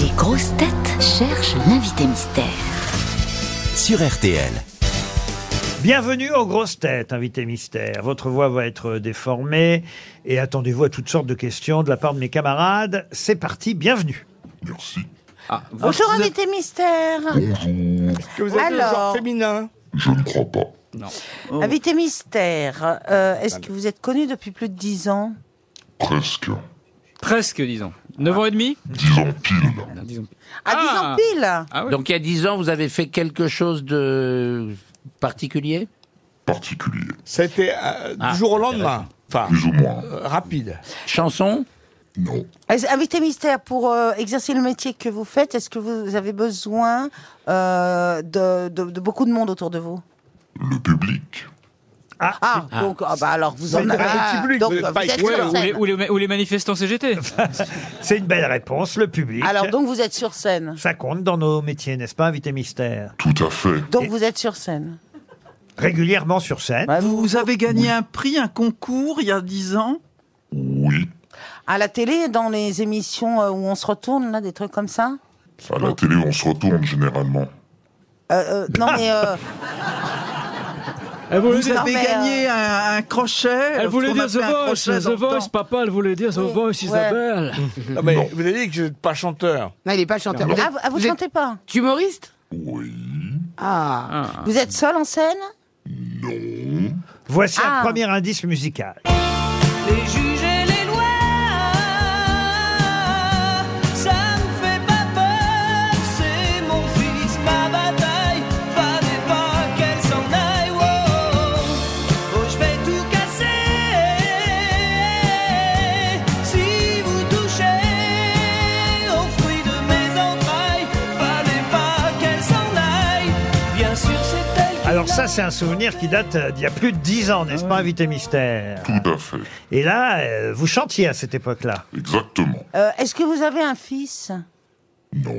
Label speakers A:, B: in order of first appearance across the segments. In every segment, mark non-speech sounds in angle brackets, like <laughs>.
A: Les grosses têtes cherchent l'invité mystère.
B: sur RTL.
C: Bienvenue aux grosses têtes, invité mystère. Votre voix va être déformée et attendez-vous à toutes sortes de questions de la part de mes camarades. C'est parti, bienvenue.
D: Ah,
E: Bonjour, invité mystère.
F: Que vous êtes
E: Alors.
F: le genre féminin.
G: Oh.
E: Invité mystère, euh, est-ce que vous êtes connu depuis plus de 10 ans
H: Presque.
D: Presque, disons. 9 ans et demi
H: Disons pile.
D: Non, Ah, disons.
E: À 10 ans
D: Ah.
E: pile
D: Ah oui.
I: Donc il y a 10 ans, vous avez fait quelque chose de particulier
H: Particulier.
F: C'était euh,
I: Ah,
F: du jour au lendemain. Enfin,
H: Plus ou moins.
F: euh, rapide.
I: Chanson
H: Non.
E: Est-ce- Invité mystère, pour euh, exercer le métier que vous faites, est-ce que vous avez besoin euh, de, de- de beaucoup de monde autour de vous
H: Le public.
E: Ah, donc ah, bah, alors vous
F: C'est
E: en
F: un
E: avez.
F: petit public,
E: donc,
F: vous êtes pas
E: êtes
F: écouté,
E: sur
D: Ou les,
E: scène.
D: ou les- ou les manifestants CGT
C: C'est une belle réponse, le public.
E: Alors donc vous êtes sur scène.
C: ça compte dans nos métiers, n'est-ce pas, invité mystère
H: Tout à fait.
E: Donc vous êtes sur scène.
C: Régulièrement sur scène.
E: Ouais, vous-
J: Ah, Vous avez gagné un prix, un concours il y a 10 ans
H: Oui.
E: À la télé, dans les émissions euh, où on se retourne, là, des trucs comme ça
H: À la télé, on se retourne généralement.
E: Euh, euh,
G: <laughs>
E: Non mais euh,
D: Elle
J: Vous avez
E: mais,
J: gagné
K: euh,
J: un, un crochet
D: Elle voulait dire
J: parce
D: The
J: qu'on a fait un
D: Voice,
J: crochet dans
D: The
J: le temps.
D: Voice, papa, elle voulait dire The
E: Oui.
D: Voice,
E: Ouais.
D: Isabelle.
F: Non, mais vous avez dit que je n'étais pas chanteur.
G: Non, il est pas chanteur.
E: ah, vous, ah, vous
G: Vous êtes-
E: chantez pas.
G: Humoriste
H: Oui.
G: Ah.
E: Vous êtes seul en scène
H: Non.
C: Voici un
E: Ah.
C: premier indice musical.
K: Les juges et les lois, ça me fait pas peur. C'est mon fils, ma bataille. Fallait pas qu'elle s'en aille. Oh, oh, je vais tout casser. Si vous touchez au fruit de mes entrailles, fallait pas qu'elle s'en aille. Bien sûr, c'est elle. qui
C: Alors
K: l'a
C: ça, c'est un souvenir qui date euh, d'il y a plus de dix ans, n'est-ce pas, invité mystère
H: Tout à fait.
C: Et là, euh, vous chantiez à cette époque-là.
H: Exactement.
E: Euh, Est-ce que vous avez un fils
H: Non.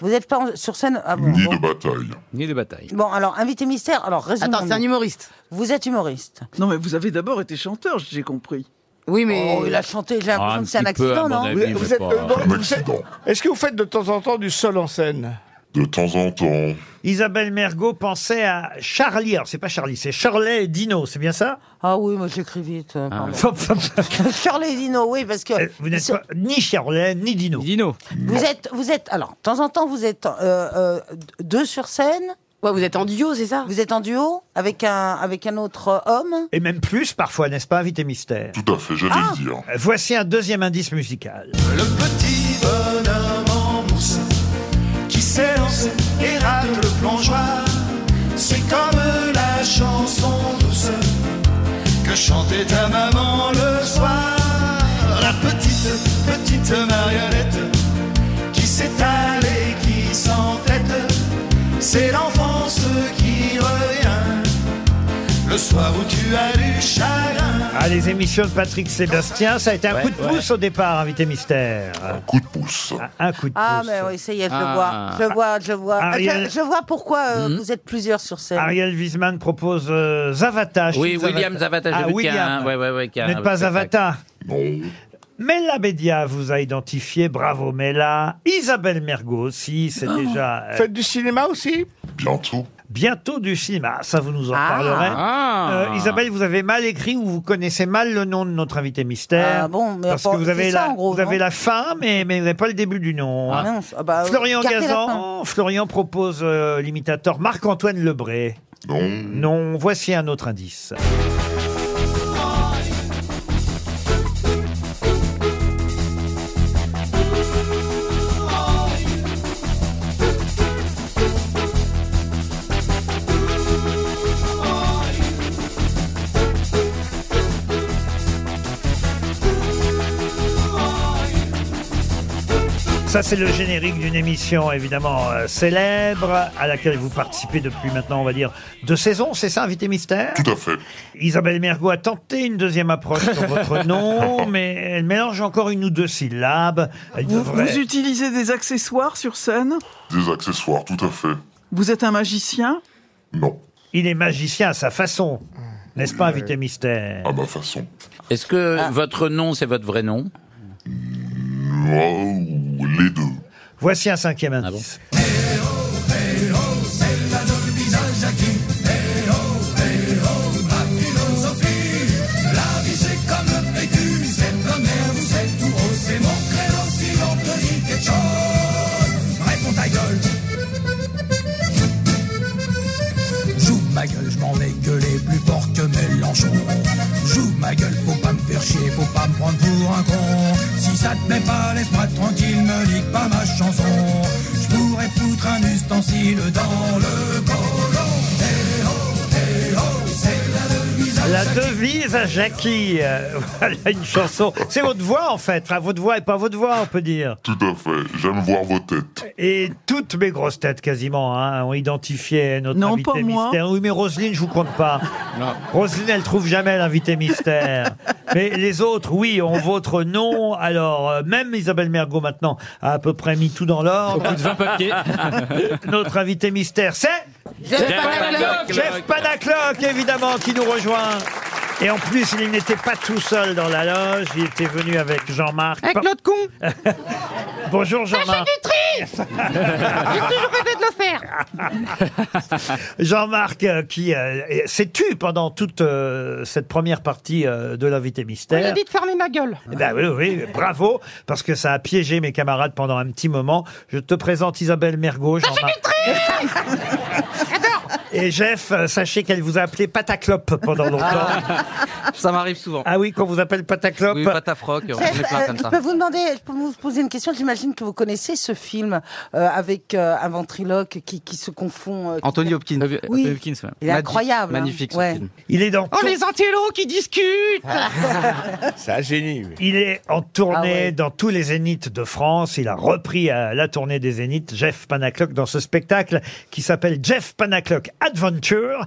E: Vous n'êtes pas en- sur scène ah bon,
H: Ni
E: bon.
H: de bataille.
D: Ni de bataille.
E: Bon, alors, invité mystère, alors résumons.
G: Attends, c'est un hum- humoriste.
E: Vous êtes humoriste.
J: Non, mais vous avez d'abord été chanteur, j'ai compris.
G: Oui, mais.
E: Oh, il a chanté, j'ai
L: Ah,
E: l'impression que c'est un
I: Ah, petit peu,
E: accident,
I: à mon
E: non
I: avis.
F: Vous,
I: oui,
F: vous
I: je
F: êtes,
I: sais
F: euh,
I: pas.
F: non,
H: Un
F: vous êtes-
H: accident.
F: Est-ce que vous faites de temps en temps du seul en scène
H: De temps en temps.
C: Isabelle Mergot pensait à Charlie. Alors, c'est pas Charlie, c'est Shirley Dino, c'est bien ça <laughs>
E: Ah oui, moi j'écris vite. euh, pardon. <laughs> Shirley Dino, oui, parce que.
C: Euh, Vous n'êtes pas ni Shirley, ni Dino.
D: Dino.
E: vous êtes, vous êtes- Alors, de temps en temps, vous êtes euh, euh, deux sur scène,
G: Ouais, vous êtes en duo, c'est ça
E: vous êtes en duo avec un, avec un autre euh, homme.
C: Et même plus parfois, n'est-ce pas, invité mystère
H: Tout à fait, j'allais
F: Ah
H: le dire.
C: Euh, Voici un deuxième indice musical.
K: Le petit bonhomme en mousse qui s'est lancé et rate le plongeoir. C'est comme la chanson douce que chantait ta maman le soir. La petite, petite marionnette qui s'étale et qui s'entête. C'est l'enfance qui revient le soir où tu as du chagrin.
C: Ah, les émissions de Patrick Sébastien, ça a été un coup de pouce au départ, invité mystère.
H: Un coup de pouce.
C: Ah, Un coup de
E: Ah,
C: pouce.
E: mais oui, ça y est, je
D: Ah.
E: le vois. Je le vois, je le vois. Ah,
C: Ariel-
E: Je, je vois pourquoi euh, vous êtes plusieurs sur scène.
C: Ariel Wiesman propose euh, Zavata.
I: Oui,
C: Chez
I: William Zavata, j'ai
C: Ah,
I: vu qu'il y a
C: William.
I: un- ouais, ouais, ouais, qu'il y a
C: Vous
I: un
C: n'êtes pas
I: spectacle.
C: Zavata.
H: Non.
C: Mella Bédia vous a identifié, bravo Mella. Isabelle Mergot aussi, c'est
E: Oh.
C: déjà euh,
F: Faites du cinéma aussi
H: Bientôt.
C: bientôt du cinéma, ça vous nous en
E: Ah.
C: parlerez.
D: Ah.
C: Euh, Isabelle, vous avez mal écrit ou vous connaissez mal le nom de notre invité mystère.
E: Ah bon, mais
C: parce
E: enfin,
C: que vous avez,
E: c'est ça,
C: la,
E: en gros,
C: vous avez
E: non
C: la fin, mais, mais vous n'avez pas le début du nom.
E: Ah,
C: hein.
E: mince, ah bah, euh,
C: Florian
E: gardez la fin.
C: Gazan, Florian propose euh, l'imitateur Marc-Antoine Lebré.
E: Hmm.
H: Non.
C: Non, voici un autre indice. Ça, c'est le générique d'une émission évidemment euh, célèbre à laquelle vous participez depuis maintenant, on va dire, deux saisons, c'est ça, Invité Mystère
H: Tout à fait.
C: Isabelle Mergot a tenté une deuxième approche
J: <laughs>
C: sur votre nom, mais elle mélange encore une ou deux syllabes. Elle
J: Vous,
C: devrait-
J: vous utilisez des accessoires sur scène
H: Des accessoires, tout à fait.
J: Vous êtes un magicien
H: Non.
C: Il est magicien à sa façon, n'est-ce pas, Invité Mystère
J: Ah
H: À ma façon.
I: Est-ce
G: Ah.
I: que votre nom, c'est votre vrai nom
H: Moi ou les deux.
C: Voici un cinquième
J: Ah
C: indice.
K: C'est la donne du visage à qui Eh oh, eh oh, ma philosophie La vie c'est comme le PQ, c'est plein d'air ou c'est tout haut C'est mon créneau si l'on te dit quelque chose Réponds ta gueule J'ouvre ma gueule, je m'en vais gueuler plus fort que Mélenchon J'ouvre ma gueule, faut pas me faire chier, faut pas me prendre pour un con Si ça te plaît pas, laisse-moi tranquille, me nique pas ma chanson je pourrais foutre un ustensile dans le colon. Eh oh, eh oh, c'est la devise à
C: La
K: chaque-
C: devise à Jackie. euh, <laughs> voilà une chanson. C'est votre voix, en fait. Enfin, votre voix et pas votre voix, on peut dire.
H: Tout à fait. J'aime voir vos têtes.
C: Et toutes mes grosses têtes, quasiment, hein, ont identifié notre
J: Non,
C: invité
J: pas moi.
C: mystère. Oui, mais Roselyne, je vous compte pas. Roselyne, elle trouve jamais l'invité mystère. mais les autres, oui, ont votre nom. Alors, euh, même Isabelle Mergot, maintenant, a à peu près mis tout dans l'ordre.
D: Au bout de 20 papiers.
C: <laughs> notre invité mystère, c'est... Jeff Panaclock, évidemment, qui nous rejoint. Et en plus, il n'était pas tout seul dans la loge. Il était venu avec Jean-Marc.
M: Avec l'autre con
C: <laughs> Bonjour Jean-Marc.
M: du tri J'ai toujours rêvé de le faire
C: Jean-Marc euh, qui euh, est- s'est tu pendant toute euh, cette première partie euh, de l'invité
M: Il a
C: mystère.
M: dit de fermer ma gueule
C: Eh Ben oui, oui, bravo, parce que ça a piégé mes camarades pendant un petit moment. Je te présente Isabelle Mergot,
M: Bah,
C: Jean-Marc. <laughs> Et Jeff, euh, sachez qu'elle vous a appelé Pataclope pendant longtemps.
L: Ça m'arrive souvent.
C: Ah oui, qu'on vous appelle Pataclope
L: Oui, patafroc, on
E: Chef,
L: est plein
E: euh,
L: comme
E: je
L: ça.
E: peux vous demander, je peux vous poser une question. J'imagine que vous connaissez ce film euh, avec euh, un ventriloque qui, qui se confond. euh, qui-
L: Anthony Hopkins.
E: Oui.
L: Anthony Hopkins, ouais.
E: Il est
L: Magi-
E: incroyable, hein.
L: Magnifique, ce
E: Ouais.
L: film.
C: Il est dans
M: Oh les antélos qui discutent
F: C'est un génie. oui.
C: Il est en tournée dans tous les zéniths de France. Il a repris euh, la tournée des zéniths, Jeff Panaclock, dans ce spectacle qui s'appelle Jeff Panaclock Adventure.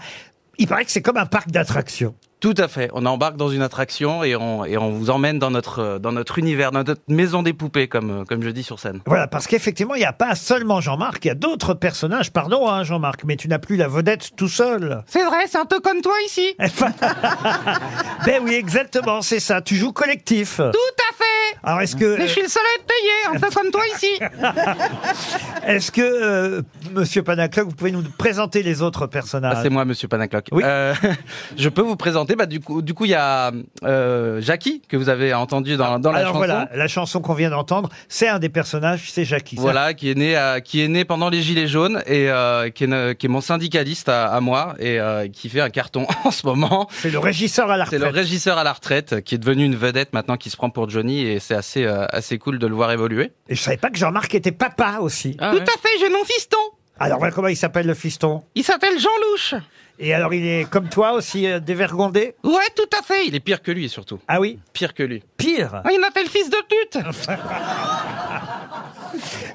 C: Il paraît que c'est comme un parc d'attractions.
L: Tout à fait. On embarque dans une attraction et on, et on vous emmène dans notre, euh, dans notre univers, dans notre maison des poupées, comme, euh, comme je dis sur scène.
C: Voilà, parce qu'effectivement, il n'y a pas seulement Jean-Marc, il y a d'autres personnages. Pardon, hein, Jean-Marc, mais tu n'as plus la vedette tout seul.
M: C'est vrai, c'est un peu comme toi ici
C: <laughs> Ben oui, exactement, c'est ça. Tu joues collectif.
M: Tout à fait
C: Alors, est-ce que-
M: Mais je suis le seul à être payé, un peu comme toi ici
C: <laughs> Est-ce que, euh, Monsieur Panaclock, vous pouvez nous présenter les autres personnages
L: Ah, c'est moi, Monsieur Panacloc.
C: Oui.
L: Euh, <laughs> je peux vous présenter. Bah, du coup, du coup, il y a euh, Jackie que vous avez entendu dans, dans la
C: Ah. Alors
L: chanson.
C: voilà, la chanson qu'on vient d'entendre, c'est un des personnages, c'est Jackie. <laughs>
L: Voilà, qui est né, à- qui est né pendant les Gilets jaunes et euh, qui, est, ne- qui est mon syndicaliste à, à moi et euh, qui fait un carton <laughs> en ce moment.
C: C'est le régisseur à la
L: C'est le régisseur à la retraite euh, qui est devenu une vedette maintenant, qui se prend pour Johnny et c'est assez, euh, assez cool de le voir évoluer.
C: Et je savais pas que Jean-Marc était papa aussi.
M: Tout à fait, j'ai mon fiston
C: Alors voilà comment il s'appelle le fiston.
M: Il s'appelle Jean Louche
C: Et alors il est comme toi aussi euh, dévergondé
M: Ouais, tout à fait
L: Il est pire que lui surtout.
C: Ah oui
L: Pire que lui.
C: Pire
M: Il m'appelle fils de pute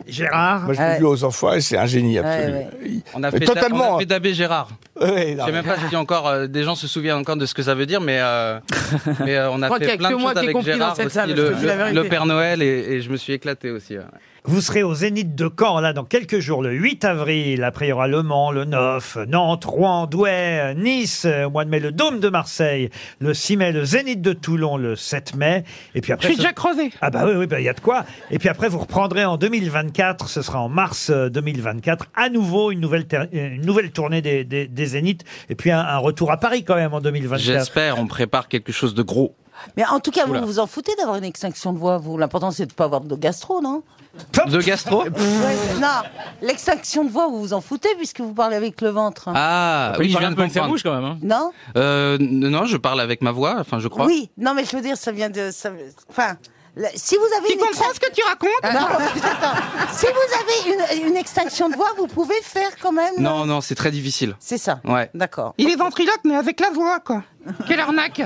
C: Gérard
F: Moi, je l'ai vu aux enfants et c'est un génie absolu.
E: Ah ouais.
F: Il-
L: On a
F: Mais
L: fait,
F: totalement,
L: on a
F: hein.
L: fait d'abbé Gérard.
F: Ouais,
L: Je
F: non,
L: sais même pas si encore euh, des gens se souviennent encore de ce que ça veut dire, mais, euh, mais euh, on
G: <laughs>
L: a
G: crois qu'il y
L: fait
G: a
L: plein
G: que
L: de
G: moi
L: choses
G: qui ai
L: avec
G: compris dans
L: Gérard
G: cette
L: aussi,
G: salle, je
L: le,
G: te dis la
L: le-
G: vérité.
L: le Père Noël et, et je me suis éclaté aussi. ouais.
C: Vous serez au Zénith de Caen, là, dans quelques jours, le 8 avril. Après, il y aura Le Mans, le 9, Nantes, Rouen, Douai, Nice, euh, au mois de mai, le Dôme de Marseille, le 6 mai, le Zénith de Toulon, le 7 mai. Et puis
M: Je
C: après,
M: suis
C: ce-
M: déjà crevé
C: Ah bah oui, oui, bah il y a de quoi. Et puis après, vous reprendrez en 2024, ce sera en mars euh, 2024, à nouveau une nouvelle, ter- euh, une nouvelle tournée des, des, des Zéniths, et puis un, un retour à Paris quand même en 2024.
L: J'espère, on prépare quelque chose de gros.
E: Mais en tout cas,
L: Oula.
E: vous vous en foutez d'avoir une extinction de voix, vous. L'important, c'est de pas avoir de gastro, non
L: De gastro
E: Ouais, Non, l'extinction de voix, vous vous en foutez puisque vous parlez avec le ventre.
L: Ah, oui, je viens de
D: avec sa
L: comprendre.
D: bouche quand même. hein.
E: Non
L: Euh, n- non, je parle avec ma voix, enfin, je crois.
E: Oui, non, mais je veux dire, ça vient de. ça- Enfin, le- si vous avez.
M: Tu
E: une
M: comprends ce que tu
L: Ah.
M: racontes
E: Non, attends. Si vous avez une, une extinction de voix, vous pouvez faire quand même.
L: Non, non, c'est très difficile.
E: C'est ça.
L: Ouais.
E: D'accord.
M: Il est ventriloque, mais avec la voix, quoi Quelle arnaque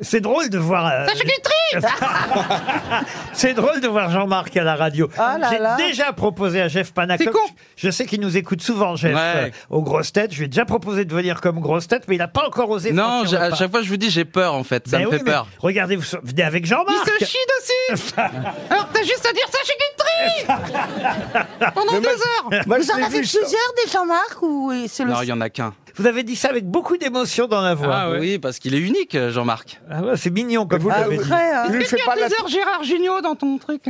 C: C'est drôle de voir. euh,
M: Sacha Guitry
C: <laughs> c'est drôle de voir Jean-Marc à la radio.
E: Ah là là.
C: J'ai déjà proposé à Jeff Panaclock.
M: C'est con.
C: Je sais qu'il nous écoute souvent, Jeff,
L: Ouais.
C: euh, aux grosses têtes. Je lui ai déjà proposé de venir comme grosse tête, mais il n'a pas encore osé.
L: Non,
C: franchir
L: je-
C: le
L: à
C: pas.
L: chaque fois, je vous dis, j'ai peur, en fait. Ça
C: Ben
L: me
C: oui,
L: fait
C: mais
L: peur.
C: Regardez, vous venez avec
M: Il
C: Jean-Marc.
M: se chie dessus Alors t'as juste à dire Sacha Guitry Pendant
F: Mais
M: deux
F: moi-
M: heures
F: Moi, je
E: Vous en
F: l'ai
E: avez
F: vu, ça.
E: plusieurs des Jean-Marc ou c'est le
L: Non, il y en a qu'un.
C: Vous avez dit ça avec beaucoup d'émotion dans la voix.
D: Ah ouais.
L: Oui, parce qu'il est unique, euh, Jean-Marc.
C: Ah ouais, c'est mignon comme vous
F: Ah
C: l'avez
F: oui.
C: dit.
E: Après, hein.
F: Je lui
M: Est-ce
F: fais
M: qu'il y a
F: pas la-
M: plusieurs Gérard Junior dans ton truc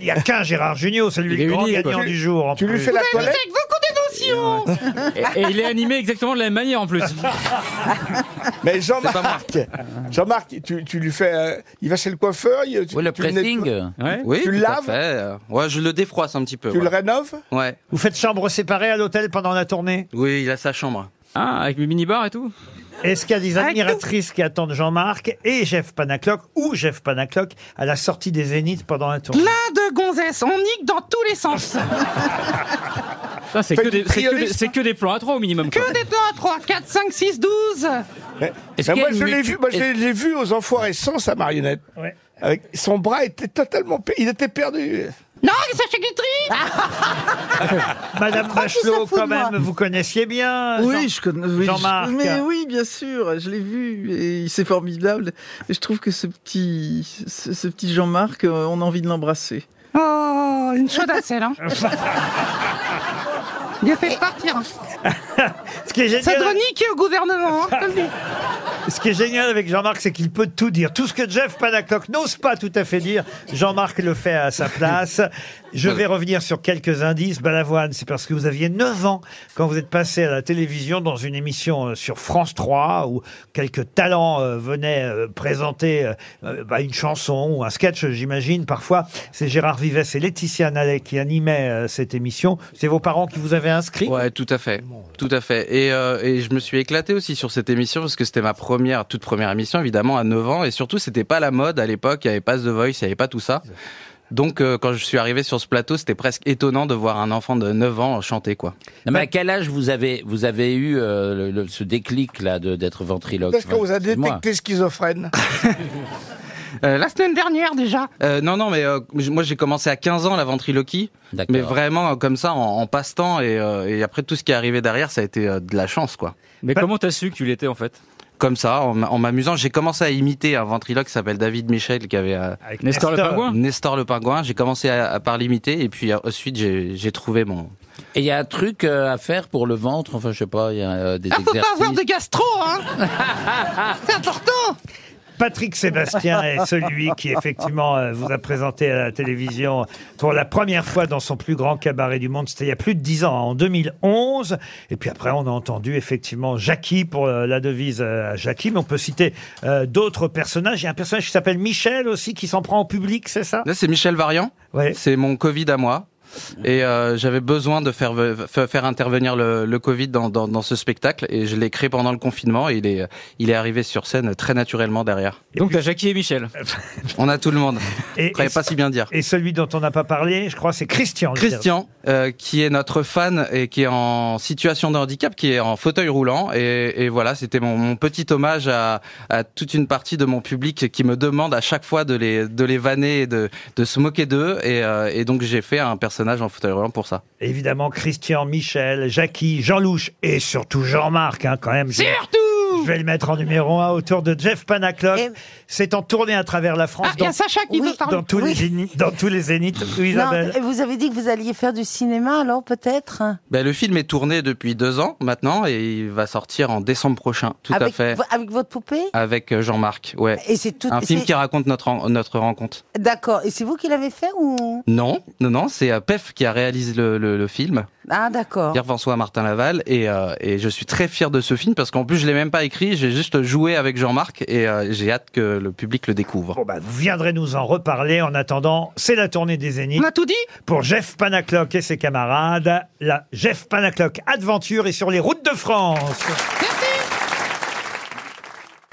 C: Il n'y a qu'un Gérard Junior, c'est lui
D: Il est
C: le grand
D: unique,
C: gagnant
D: quoi.
C: du jour. en plus.
D: beaucoup d'émotion et, et il est animé exactement de la même manière en plus.
F: Mais Jean-Marc, Jean-Marc, tu, tu lui fais, euh, il va chez le coiffeur, il, tu,
L: Oui, le
F: tu nettoies-
L: pressing.
D: euh,
L: Oui,
F: tu
L: tout
F: le
L: à
F: laves,
L: fait. Ouais, je le défroisse un petit peu.
F: tu le
L: voilà.
F: rénoves.
L: Ouais.
C: Vous faites chambre séparée à l'hôtel pendant la tournée
L: Oui, il a sa chambre.
D: Ah, avec le minibar et tout
C: Est-ce qu'il y a des admiratrices qui attendent Jean-Marc et Jeff Panaclock ou Jeff Panaclock à la sortie des Zéniths pendant la tournée
M: Plein de gonzesses, on nique dans tous les sens.
D: Ça, c'est que, des- c'est que, des- c'est que des plans à trois au minimum. quoi.
M: Que des temps à 3, 4, 5, 6, 12.
D: Est-ce
F: Mais
D: qu'il y a
F: moi,
D: une
F: je l'ai
D: mutu-
F: vu, moi, je l'ai-
D: est-ce-
F: je l'ai vu aux enfoirés sans sa marionnette. Avec son bras était totalement, pe- il était perdu.
D: Oh,
M: Non, Sacha Guitry
C: Madame
J: crois qu'il
C: Bachelot,
J: s'en Ah, fout
C: quand
J: de moi.
C: même, vous connaissiez bien
J: Oui,
C: Ah, Jean-
J: je connais. oui, je-
C: Jean-Marc.
J: Mais oui, bien sûr, je l'ai vu et c'est formidable. Et je trouve que ce petit, ce, ce petit Jean-Marc, euh, on a envie de l'embrasser.
M: Oh, une chaude à sel, hein. Il a fait partir.
C: Ce qui est
M: C'est de
C: génial,
M: niquer au gouvernement, hein, je te le dis.
C: <laughs> ce qui est génial avec Jean-Marc, c'est qu'il peut tout dire. Tout ce que Jeff Panaclock n'ose pas tout à fait dire, Jean-Marc le fait à sa place. Je vais revenir sur quelques indices. Balavoine, c'est parce que vous aviez 9 ans quand vous êtes passé à la télévision dans une émission euh, sur France 3 où quelques talents euh, venaient euh, présenter euh, euh, bah, une chanson ou un sketch, j'imagine. Parfois, c'est Gérard Vivès et Laetitia Nallet qui animaient euh, cette émission. C'est vos parents qui vous avaient inscrit
L: Ouais, tout à fait, tout à fait. Et, euh, et je me suis éclaté aussi sur cette émission parce que c'était ma première, toute première émission évidemment à 9 ans et surtout c'était pas la mode à l'époque, il y avait pas The Voice, il y avait pas tout ça. Donc euh, quand je suis arrivé sur ce plateau, c'était presque étonnant de voir un enfant de 9 ans chanter quoi.
I: Non, mais à quel âge vous avez, vous avez eu euh, le- le- ce déclic-là de- d'être ventriloque
F: Est-ce qu'on vous a
I: Excuse-moi.
F: détecté schizophrène
L: Euh, là,
M: La semaine dernière, déjà.
L: Euh, non, non, mais euh, j- moi j'ai commencé à 15 ans la ventriloquie, mais vraiment euh, comme ça en, en passe-temps et, euh, et après tout ce qui est arrivé derrière, ça a été euh, de la chance quoi.
D: Mais comment t'as su que tu l'étais en fait
L: Comme ça, en, m- en m'amusant, j'ai commencé à imiter un ventriloque qui s'appelle David Michel qui avait euh,
D: Avec Nestor le Nestor. pingouin.
L: Nestor le pingouin. J'ai commencé à, à par l'imiter et puis euh, ensuite j'ai j'ai trouvé mon.
I: Et il y a un truc euh, à faire pour le ventre, enfin je sais pas, il y a euh, des
M: Ah, faut pas avoir
I: exercices.
M: de gastro, hein. C'est important.
C: Patrick Sébastien est celui qui, effectivement, euh, vous a présenté à la télévision pour la première fois dans son plus grand cabaret du monde. C'était il y a plus de dix ans, hein, en 2011. Et puis après, on a entendu, effectivement, Jackie pour euh, la devise euh, à Jackie. Mais on peut citer euh, d'autres personnages. Il y a un personnage qui s'appelle Michel aussi, qui s'en prend au public, c'est ça
L: Là, c'est Michel Variant. C'est mon Covid à moi. Et euh, j'avais besoin de faire, ve- fa- faire intervenir le, le Covid dans, dans- dans ce spectacle et je l'ai créé pendant le confinement et il est, il est arrivé sur scène très naturellement derrière.
D: Donc t'as Jackie et Michel.
L: On a tout le monde.
C: Et-
L: Je croyais
C: et-
L: pas si bien dire.
C: Et celui dont on n'a pas parlé, je crois, c'est Christian.
L: Christian, euh, qui est notre fan et qui est en situation de handicap, qui est en fauteuil roulant. Et, et voilà, c'était mon, mon petit hommage à, à toute une partie de mon public qui me demande à chaque fois de les, de les vanner et de, de se moquer d'eux. Et, euh, et donc j'ai fait un personnage en fauteuil roulant pour ça.
C: Évidemment, Christian, Michel, Jackie, Jean Louche et surtout Jean-Marc, hein, quand même. Surtout Je vais le mettre en numéro un autour de Jeff Panaclock. C'est en tournée à travers la France.
M: Ah, il y a
C: dans-
M: Sacha qui
C: Oui,
M: veut parler.
C: dans tous les
M: Oui.
C: zéniths. Dans tous les zéniths. Oui,
E: Non,
C: Isabelle.
E: et vous avez dit que vous alliez faire du cinéma, alors peut-être hein,
L: Ben, le film est tourné depuis deux ans maintenant et il va sortir en décembre prochain. Tout
E: avec,
L: à fait.
E: vo- Avec votre poupée
L: Avec Jean-Marc, ouais.
E: Et c'est tout-
L: un film
E: c'est-
L: qui raconte notre, en- notre rencontre.
E: D'accord. Et c'est vous qui l'avez fait ou
L: Non, non, non, c'est euh, Pef qui a réalisé le- le- le film.
E: Ah, d'accord.
L: Pierre François Martin Laval et, euh, et je suis très fier de ce film parce qu'en plus je l'ai même pas écrit, j'ai juste joué avec Jean-Marc et euh, j'ai hâte que le public le découvre.
C: bah, Vous viendrez nous en reparler. En attendant, c'est la tournée des zéniths.
M: On a tout dit
C: Pour Jeff Panaclock et ses camarades, la Jeff Panaclock Adventure est sur les routes de France.
M: Merci.